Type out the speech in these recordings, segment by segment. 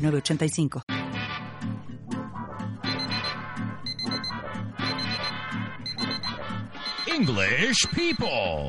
985. English people.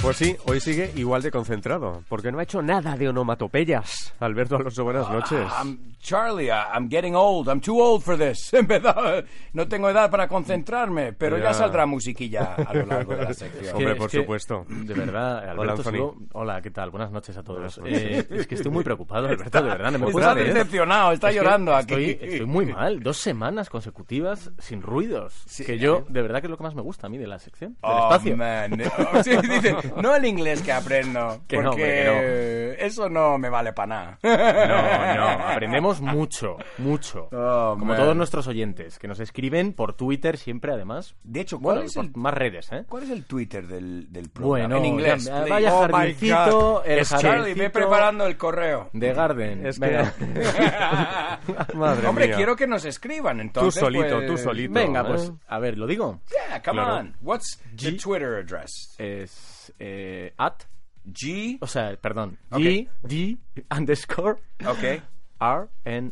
Pues sí, hoy sigue igual de concentrado, porque no ha hecho nada de onomatopeyas. Alberto Alonso, buenas noches. I'm Charlie, I- I'm getting old. I'm too old for this. En verdad, no tengo edad para concentrarme, pero ya, Ya. saldrá musiquilla a lo largo de la sección. Hombre, por supuesto. De verdad, Alberto. Hola, Hola, Anthony. Hola, ¿qué tal? Buenas noches a todos. Eh, es que estoy muy preocupado, Alberto, de verdad. No me Está puedo creer. Pues decepcionado, está Es que llorando aquí. estoy, Estoy muy mal. Dos semanas consecutivas sin ruidos. que yo, de verdad, que es lo que más me gusta a mí de la sección. Del eh. Oh, espacio. man. Oh, sí, dice, no el inglés que aprendo, Que porque no, hombre, eso no me vale para nada. No, no, aprendemos mucho, mucho. Oh, Como man. todos nuestros oyentes, que nos escriben por Twitter siempre, además. De hecho, ¿cuál Bueno, es por el- más redes, ¿eh? ¿Cuál es el Twitter del, del programa? Bueno, en inglés. ya- please. vaya Oh, my jardincito, God. el Es que- Charlie, ve jardincito. preparando el correo. The Garden. Es que- Venga. Madre Hombre, mía. quiero que nos escriban, entonces. solito, pues- tú solito. Venga, ¿eh? pues, a ver, lo digo. Yeah, come Claro. on. What's the Twitter address? Es eh, at, G. o sea, perdón, Ok. G, D, underscore, Ok. R, N,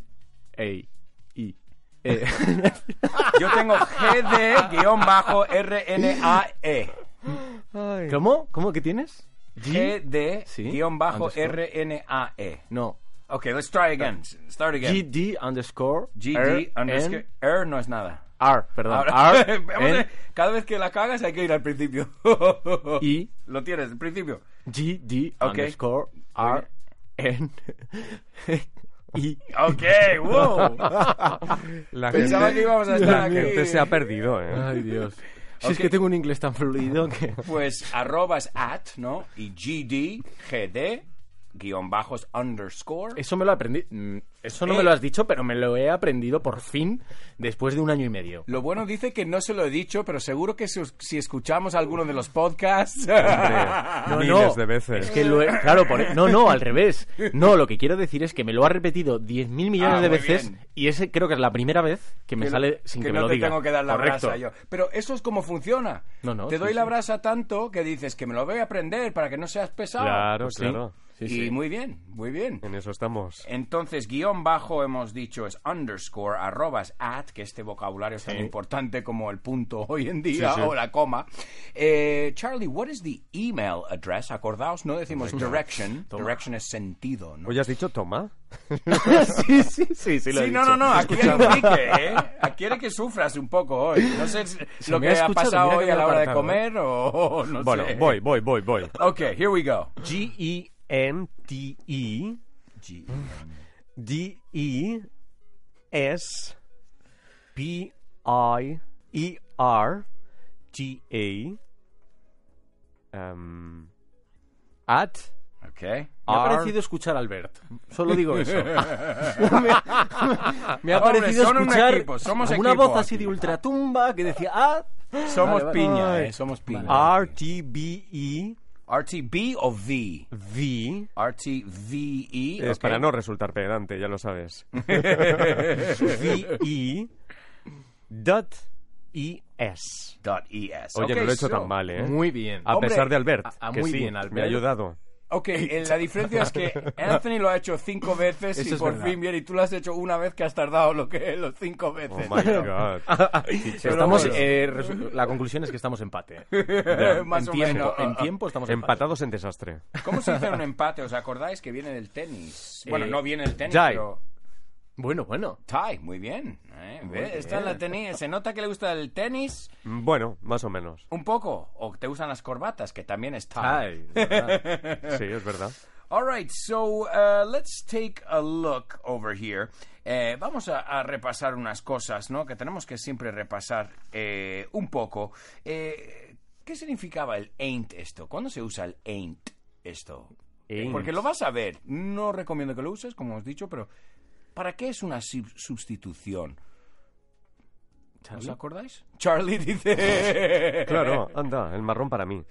A, E. Eh, Yo tengo GD-RNAE. ¿Cómo? ¿Cómo que tienes? Sí. GD-RNAE. No. E. Ok, let's try again. Start again. GD underscore GD R, underscore. N, R no es nada. R, perdón. Ahora- R, Vamos a N, ver, cada vez que la cagas hay que ir al principio. I. Lo tienes, al principio. G, D, Ok. underscore, R, N, I. Ok, wow. La Pensaba que gente, íbamos a estar la gente aquí. se ha perdido, ¿eh? Ay, Dios. Si es Ok. que tengo un inglés tan fluido que... Pues arrobas at, ¿no? Y GD, GD, guión bajos, underscore. Eso me lo aprendí. mm, Eso no Eh. me lo has dicho, pero me lo he aprendido por fin después de un año y medio. Lo bueno dice que no se lo he dicho, pero seguro que si, si escuchamos alguno de los podcasts... Hombre, miles de veces. Es que lo he- Claro, por- e-, no, no, al revés. No, lo que quiero decir es que me lo ha repetido 10.000 millones Ah, de muy veces bien. y ese creo que es la primera vez que me que sale no- sin que que, me no lo te diga. tengo que dar la Correcto. brasa yo. Pero eso es como funciona. No, no, te sí, doy la sí. brasa tanto que dices que me lo voy a aprender para que no seas pesado. Claro, Pues sí. claro. Sí, y sí. muy bien, muy bien. En eso estamos. Entonces, guión bajo hemos dicho es underscore, arrobas at, que este vocabulario es tan importante como el punto hoy en día o la coma. Eh, Charlie, what is the email address? Acordaos, no decimos direction. Direction es sentido, ¿no? Oye, ¿has dicho toma? sí, sí, sí, sí, lo he Sí, no, no, dicho. no, aquí hay Enrique, ¿eh? Aquí quiere que sufras un poco hoy. No sé si- Se lo me que ha ¿eh? ha escuchado, pasado mira que hoy me a lo la he hora de apartado, comer o o no Bueno, sé. voy, voy, voy, voy. Ok, here we go. G-E-N-T-E G- D-E-S P-I-E-R G-A um, at Ok. Me ha R. parecido escuchar a Albert. Solo digo eso. me, me ha Hombre, parecido son un escuchar equipo, somos una equipo voz así aquí. de ultratumba que decía ah, Somos Vale, vale. piña, Ay. ¿eh? Somos piña. R-T-B-E-V ¿RTB o V? RTVE. Es E, ok. para no resultar pedante, ya lo sabes. V-E dot E-S Dot ES. Oye, Ok, no lo he hecho so- tan mal, ¿eh? muy bien. A Hombre, pesar de Albert, a- a que muy sí, bien, me ha Albert. ayudado. Ok, eh, la diferencia es que Anthony lo ha hecho cinco veces Eso y es por verdad. fin viene y tú lo has hecho una vez que has tardado lo que los cinco veces. Oh my God. Pero Estamos, bueno. eh, resu- la conclusión es que estamos empate. Más en o tiempo, menos. en tiempo estamos empate. Empatados en desastre. ¿Cómo se dice un empate? ¿Os acordáis que viene del tenis? Bueno, Eh, no viene del tenis, tie. pero... Bueno, bueno. Tie, muy bien. ¿eh? ¿Ve? Esta la tenía. Se nota que le gusta el tenis Bueno, más o menos. un poco. O te gustan las corbatas, que también es tie. Ay, de verdad. Sí, es verdad. All right, so uh, let's take a look over here. Eh, vamos a, a repasar unas cosas, ¿no? Que tenemos que siempre repasar eh, un poco. Eh, ¿Qué significaba el ain't esto? ¿Cuándo se usa el ain't esto? Eh, Ain't. Porque lo vas a ver. No recomiendo que lo uses, como hemos dicho, pero ¿para qué es una sub- sustitución? ¿Os acordáis? Charlie dice... Claro, anda, el marrón para mí.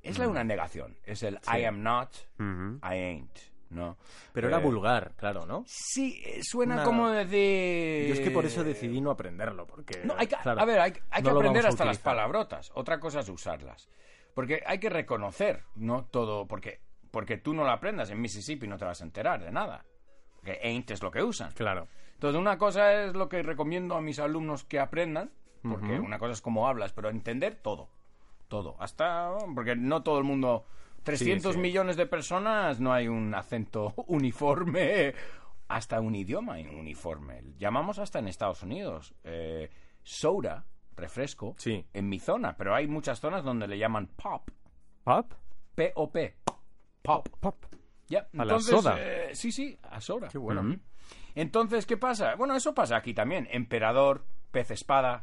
Es la, una negación. Es el I am not, I ain't, ¿no? Pero era Eh, vulgar, claro, ¿no? Sí, eh, suena Una- como de... Yo es que por eso decidí no aprenderlo, porque... No, hay que- claro, a ver, hay, hay no que lo aprender vamos a hasta las utilizar. palabrotas. Otra cosa es usarlas. Porque hay que reconocer, ¿no? Todo, porque, porque tú no lo aprendas en Mississippi no te vas a enterar de nada. Porque ain't es lo que usan. Claro. Entonces, una cosa es lo que recomiendo a mis alumnos que aprendan, porque una cosa es cómo hablas, pero entender todo. Todo. Hasta. Porque no todo el mundo. 300 sí. millones de personas, no hay un acento uniforme. Hasta un idioma en uniforme. Llamamos hasta en Estados Unidos. eh, soda, refresco, Sí. en mi zona. Pero hay muchas zonas donde le llaman pop. ¿Pop? Eh, P-O-P. Pop. Pop. Ya, A la entonces, soda. eh, sí, sí, a soda. Qué bueno. Entonces, ¿qué pasa? Bueno, eso pasa aquí también. Emperador, pez espada.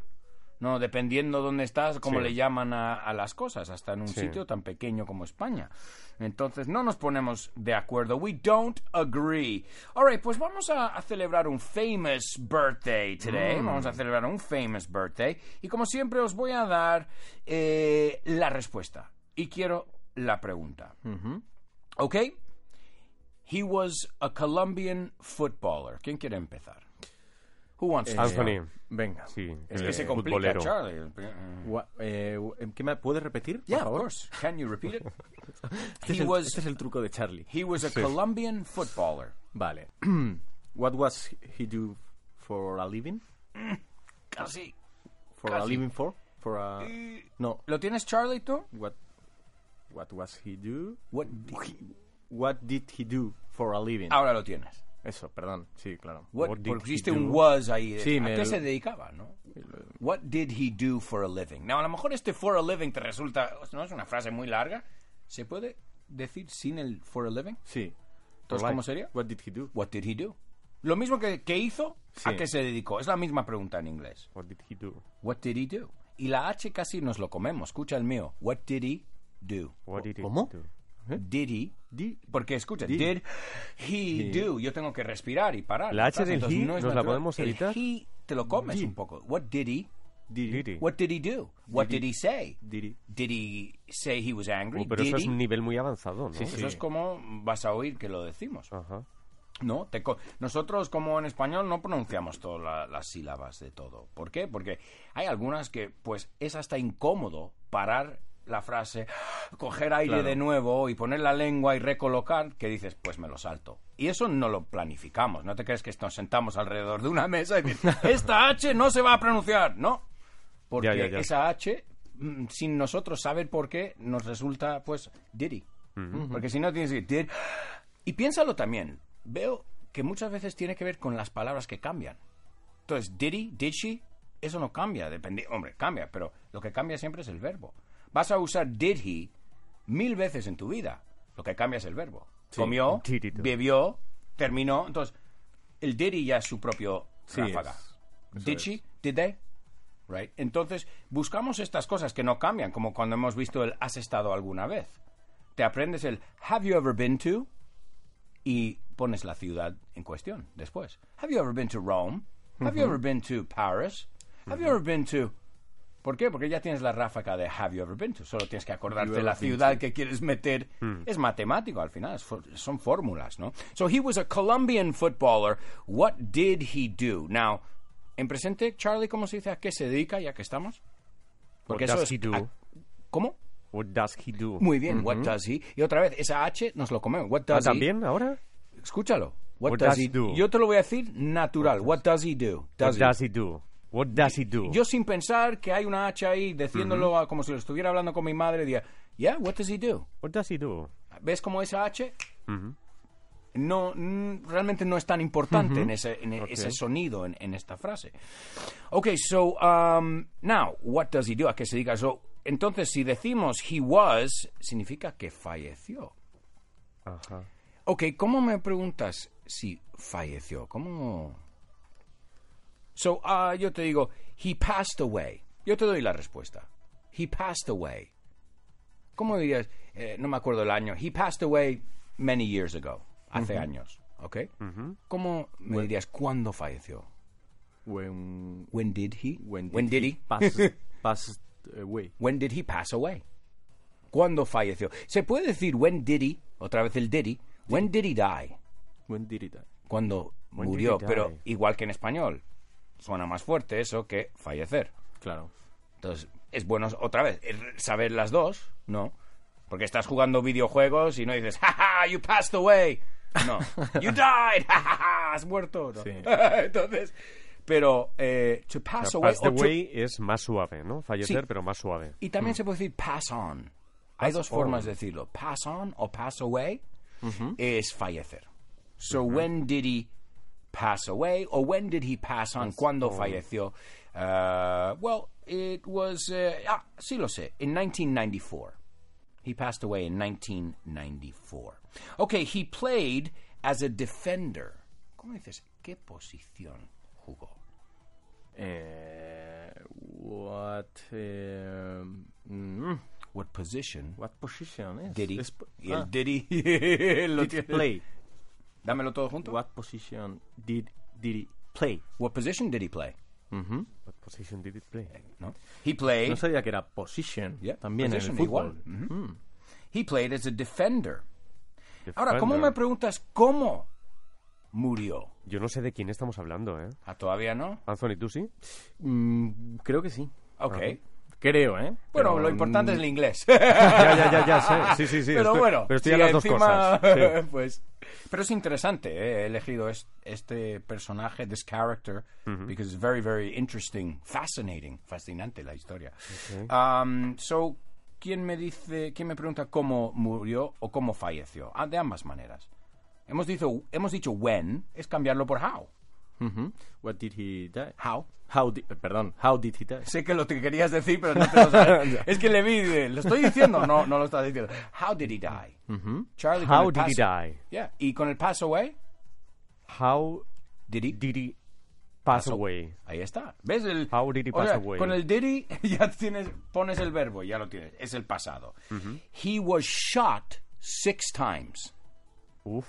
No, dependiendo dónde estás, cómo Sí. le llaman a, a las cosas, hasta en un Sí. sitio tan pequeño como España. Entonces, no nos ponemos de acuerdo. We don't agree. All right, pues vamos a, a celebrar un famous birthday Mm. today. Vamos a celebrar un famous birthday. Y como siempre, os voy a dar eh, la respuesta. Y quiero la pregunta. Okay. He was a Colombian footballer. ¿Quién quiere empezar? Who wants to start? Anthony. Venga. Sí. Es que eh, se complica, futbolero. Charlie. Gua- eh, ¿Qué me puedes repetir? por Yeah, of favor? course. Can you repeat it? Este, es He el, was este es el truco de Charlie. he was a Colombian footballer. Vale. What was he do for a living? Casi. For a Casi. Eh. living for? For a... No. ¿Lo tienes, Charlie, tú? What, what was he do? What What did he do for a living? Ahora lo tienes. Eso, perdón. Sí, claro. Ah. What, What did porque he existe un do? was ahí. Sí, ¿A me- qué se dedicaba, no? What did he do for a living? Now, a lo mejor este for a living te resulta... No, es una frase muy larga. ¿Se puede decir sin el for a living? Sí. Entonces, ¿cómo sería? What did he do? What did he do? Lo mismo que, que hizo, ¿a Sí. qué se dedicó? Es la misma pregunta en inglés. What did he do? What did he do? Y la H casi nos lo comemos. Escucha el mío. What did he do? What ¿Eh? did he ¿Cómo? do? Did he... Di- Porque escucha, did, he do? Yo tengo que respirar y parar. La H ¿estás? del he Entonces, es nos la natural. podemos El evitar. he te lo comes un poco. What did he... Did he- Did he? What did he do? What did he say? Did he- Did he say he was angry? Oh, pero Did eso es he? Pues un nivel muy avanzado, ¿no? Eso es como vas a oír que lo decimos. Ajá. No, te co- nosotros como en español no pronunciamos todas la- las sílabas de todo. ¿Por qué? Porque hay algunas que pues es hasta incómodo parar la frase, coger aire de nuevo y poner la lengua y recolocar, que dices, pues me lo salto. Y eso no lo planificamos. No te crees que nos sentamos alrededor de una mesa y dices, esta H no se va a pronunciar. No, porque Ya, ya, ya. esa H, mm, sin nosotros saber por qué, nos resulta, pues, Diddy. Porque si no tienes que decir, "Did-". Y piénsalo también. Veo que muchas veces tiene que ver con las palabras que cambian. Entonces, Diddy, did she, eso no cambia. Depende, hombre, cambia, pero lo que cambia siempre es el verbo. Vas a usar did he mil veces en tu vida. Lo que cambia es el verbo. Comió, did it. bebió, terminó. Entonces, el diddy ya es su propio Sí, ráfaga. es- eso Did es. she? Did they? Right? Entonces, buscamos estas cosas que no cambian, como cuando hemos visto el has estado alguna vez. Te aprendes el have you ever been to y pones la ciudad en cuestión después. Have you ever been to Rome? Have you ever been to Paris? Have you ever been to ¿Por qué? Porque ya tienes la ráfaga de Have you ever been to. Solo tienes que acordarte de la ciudad que quieres meter. Mm. Es matemático al final, es for- son fórmulas, ¿no? So he was a Colombian footballer. What did he do? Now, en presente, Charlie, ¿cómo se dice a qué se dedica ya que estamos? Porque What eso does es he do? a- ¿Cómo? What does he do? Muy bien, what does he? Y otra vez, esa H nos lo comemos. What Ah, does he? ¿También ahora? Escúchalo. What, What does, does he he do? Yo te lo voy a decir natural. What does he do? What Does he- does he do? What does he do? Yo sin pensar que hay una H ahí, diciéndolo a- como si lo estuviera hablando con mi madre, diría, yeah, what does he do? What does he do? ¿Ves cómo esa H? No, mm, realmente no es tan importante en, ese, en e- ese sonido, en, en esta frase. Ok, so, um, now, what does he do? ¿A qué se dedica? So, entonces, si decimos he was, significa que falleció. Ajá. Ok, ¿cómo me preguntas si falleció? ¿Cómo? So, ah, yo te digo, he passed away. Yo te doy la respuesta. He passed away. ¿Cómo dirías? Eh, no me acuerdo el año. He passed away many years ago. Hace años. ¿Ok? ¿Cómo me dirías cuándo falleció? When, When did he? when did he? Passed, passed away. When did he pass away? ¿Cuándo falleció? Se puede decir when did he, otra vez el did he, when did he die, When did he die? cuando When did murió, he die? pero igual que en español. Suena más fuerte eso que fallecer. Claro. Entonces, es bueno otra vez eh, saber las dos, ¿no? Porque estás jugando videojuegos y no dices, ¡Ja, ja, you passed away! No, you died, ¡Ja, ja, ja, has muerto. ¿no? Sí. Entonces, pero eh, to pass O sea, away, passed o to- away es más suave, ¿no? Fallecer, Sí. pero más suave. Y también se puede decir pass on. Hay dos on. formas de decirlo. Pass on o pass away es fallecer. So when did he pass away o when did he pass on? ¿Cuándo falleció? Uh, well, it was... eh, ah, sí lo sé. In 1994. He passed away in 1994. Okay, he played as a defender. ¿Cómo dices? ¿Qué posición jugó? Eh, what, eh, mm, What position what position is? did he? Es- Y ah, el did he lo did tiene- play. Dámelo todo junto. What position did, did he play? What position did he play? What position did it play? No. He played. No sabía que era ¿Eh? position Yeah, también position, en el fútbol. igual. Mhm. He played as a defender. Ahora, ¿cómo me Defender. preguntas cómo murió? Yo no sé de quién estamos hablando, ¿eh? Ah, todavía no. Anthony, ¿tú sí? Mm, creo que sí. Ok. Creo, ¿eh? Bueno, Pero, lo importante es el inglés. Ya, ya, ya, ya sé. Sí, sí, sí. pero estoy- bueno, Pero estoy si a las dos encima, cosas. sí. pues, pero es interesante. eh, He elegido es- este personaje, this character, because it's very, very interesting, fascinating, fascinante la historia. Um, so, ¿quién me dice, quién me pregunta cómo murió o cómo falleció? Ah, de ambas maneras. Hemos dicho, hemos dicho when, es cambiarlo por how. ujú. What did he die? How. How di- eh, perdón, how did he die? Sé que lo te querías decir, pero no te lo sabes. es que le vi, de, ¿lo estoy diciendo? No, no lo estás diciendo. How did he die? Charlie, con How el did he paso- die? Yeah. ¿Y con el pass away? How Did he? did he pass away? Ahí está. ¿Ves el How did he o pass sea, away? Con el did he ya tienes pones el verbo, ya lo tienes, es el pasado. He was shot six times. Uf,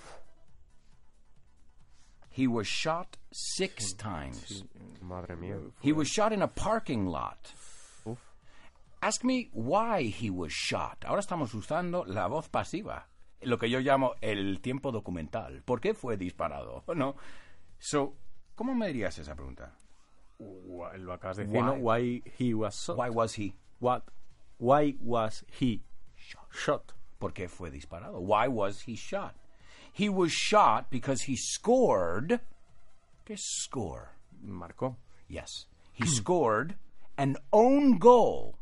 He was shot six times. madre mía. He was shot in a parking lot. Ask me why he was shot. Ahora estamos usando la voz pasiva, lo que yo llamo el tiempo documental. ¿Por qué fue disparado? No. So, ¿cómo me dirías esa pregunta? Why- Lo acabas de Why. decir, ¿no? Why he was shot. Why was he? What? Why was he shot? ¿Por qué fue disparado? Why was he shot? He was shot because he scored. ¿Qué es score? Marcó Yes. He scored an own goal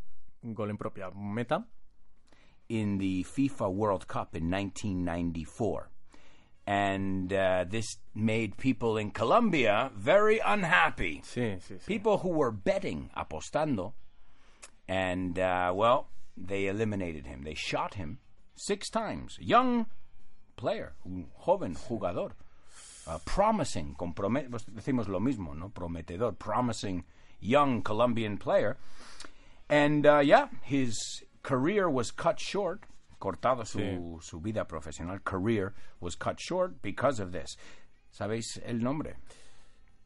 un gol en propia meta. in the FIFA World Cup in 1994. And uh, this made people in Colombia very unhappy. Sí, sí, sí. People who were betting, apostando. And, uh, well, they eliminated him. They shot him six times. Young player, un joven jugador. Uh, promising, compromet pues decimos lo mismo, ¿no? Prometedor, promising young Colombian player. And uh, yeah, his career was cut short. Cortado su, su vida profesional, career was cut short because of this. ¿Sabéis el nombre?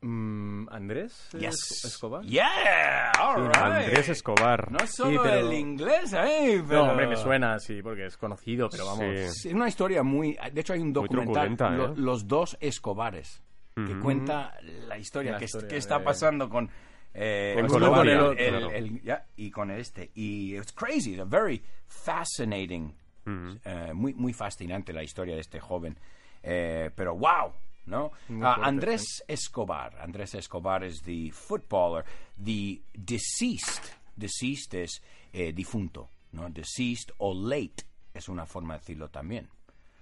Mm, Andrés eh, Yes. Escobar. Yeah, all right. Andrés Escobar. No solo pero- el inglés, eh, pero... No, hombre, me suena, sí, porque es conocido, pero vamos. Sí. Es una historia muy... De hecho, hay un documental, truculenta, lo- ¿eh? Los dos Escobares, que cuenta la historia La que, es- historia que está de- pasando con... eh, Con uno Colombia, con el- el- claro. el- ya, y con este. Y it's crazy, it's a very fascinating, eh, muy, muy fascinante la historia de este joven. Eh, pero wow, ¿no? Ah, fuerte, Andrés Escobar. Andrés Escobar is the footballer, the deceased. Deceased es eh, difunto, ¿no? Deceased o late es una forma de decirlo también.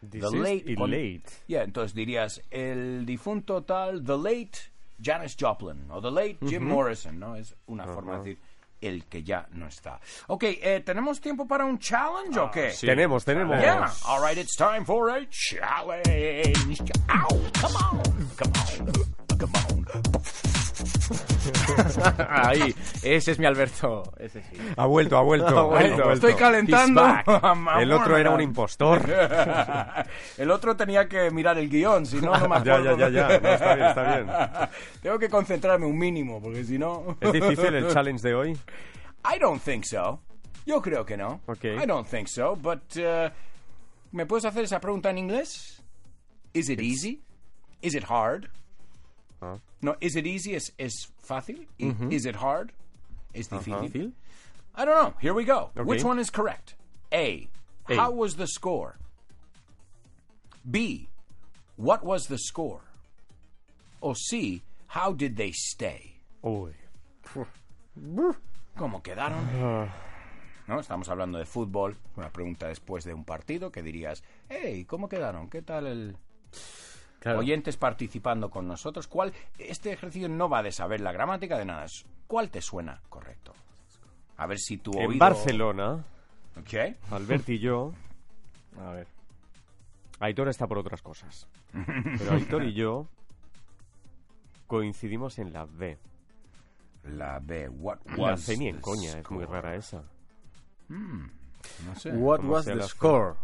Deceased y con- late. Yeah, entonces dirías el difunto tal, the late Janis Joplin o the late Jim Morrison, ¿no? Es una forma de decir el que ya no está. Ok, eh, ¿tenemos tiempo para un challenge o qué? Tenemos, tenemos. Yeah. All right, it's time for a challenge. Ow! Come on! Come on! Come on! Ahí, ese es mi Alberto. Ese sí. Ha vuelto, ha vuelto. Ha vuelto. ha vuelto. Estoy calentando. He's back. Mamá, El otro era un mamá. impostor. el otro tenía que mirar el guión, si no, no me Ya, acuerdo. ya, ya, ya. No, está bien, está bien. Tengo que concentrarme un mínimo, porque si no... ¿Es difícil el challenge de hoy? I don't think so. Yo creo que no. Ok. I don't think so, but... uh, ¿Me puedes hacer esa pregunta en inglés? Is it easy? Is it hard? Ah. No, is it easy es, es fácil. I- Is it hard? Es difícil. ¿Difícil? I don't know. Here we go. Which Okay. one is correct? A. A. How was the score? B. What was the score? Or C. How did they stay? Uy. ¿Cómo quedaron? Ah. No, estamos hablando de fútbol. Una pregunta después de un partido que dirías, hey, ¿cómo quedaron? ¿Qué tal el Claro. oyentes participando con nosotros? ¿Cuál este ejercicio no va de saber la gramática de nada? es ¿Cuál te suena correcto? A ver si tu En oído- Barcelona, Ok. Albert y yo, A ver. Aitor está por otras cosas. Pero Aitor y yo coincidimos en la B. La B. What La was C ni en the coña, es muy score? rara esa. No sé. What Como was sea the la score?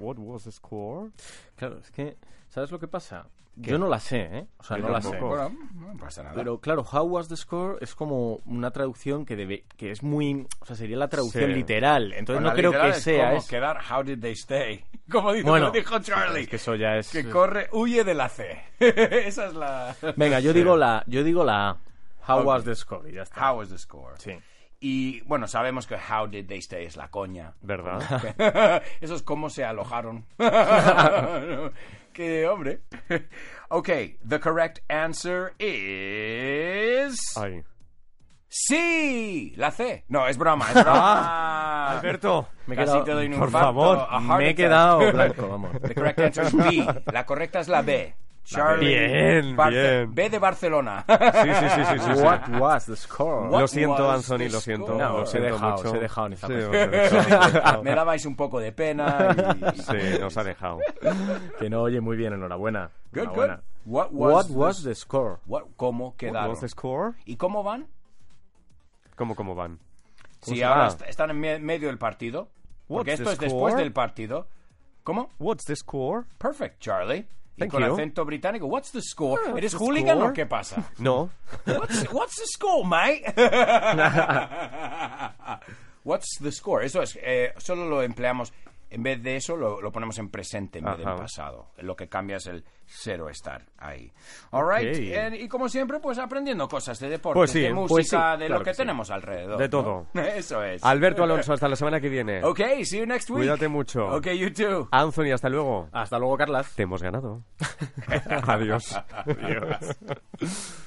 What was the score? Claro, es que, ¿sabes lo que pasa? Yo no la sé, ¿eh? O sea, Yo no la sé. tampoco. Bueno, no pasa nada. Pero claro, How was the score es como una traducción que debe, que es muy, o sea, sería la traducción Sí. literal. Bueno, Entonces no la creo literal que es sea cómo es- quedar how did they stay. Como dice, Bueno, lo dijo Charlie. es que eso ya es. Que corre, huye de la C. Esa es la... Venga, yo digo la, yo digo la A. How Ok. was the score y ya está. How was the score? Sí. Y bueno, sabemos que how did they stay es la coña. ¿Verdad? Eso es cómo se alojaron. que hombre. Okay, the correct answer is Ay. sí, la C. No, es broma, es broma. Alberto, Me he Casi quedado- te doy un por infarto, favor, a heart me he attack. quedado blanco, vamos. The correct answer is B. La correcta es la B. Charlie. Bien, bien. B de Barcelona. Sí, sí, sí, sí, sí, sí. What was the score? What Lo siento, was Anthony, the lo siento. score? No, lo os he siento dejado, mucho. os he dejado en esta Sí, cosa. os he dejado. Me dabais un poco de pena. y- Sí, nos ha dejado. Que no oye muy bien, enhorabuena. Good, good. Enhorabuena. What was, What was the score? what- ¿Cómo What quedaron? was the score? ¿Y cómo van? ¿Cómo, cómo van? Si se llama? ahora est- están en me- medio del partido. Porque What's esto the es después score? del partido. ¿Cómo? What's the score? Perfect, Charlie. Y Thank con you. acento británico. What's the score? what's ¿Eres the hooligan score? o qué pasa? No. What's, what's the score, mate? what's the score? Eso es, eh, solo lo empleamos, en vez de eso lo, lo ponemos en presente en vez del Ajá. pasado. Lo que cambia es el cero estar ahí. All right. Ok. eh, y como siempre, pues aprendiendo cosas de deporte, Pues sí, de pues música, sí, de claro lo que, que sí. tenemos alrededor. De ¿no? todo. Eso es. Alberto Alonso, hasta la semana que viene. Ok, see you next week. Cuídate mucho. Ok, you too. Anthony, hasta luego. Hasta luego, Carlas. Te hemos ganado. Adiós. Adiós.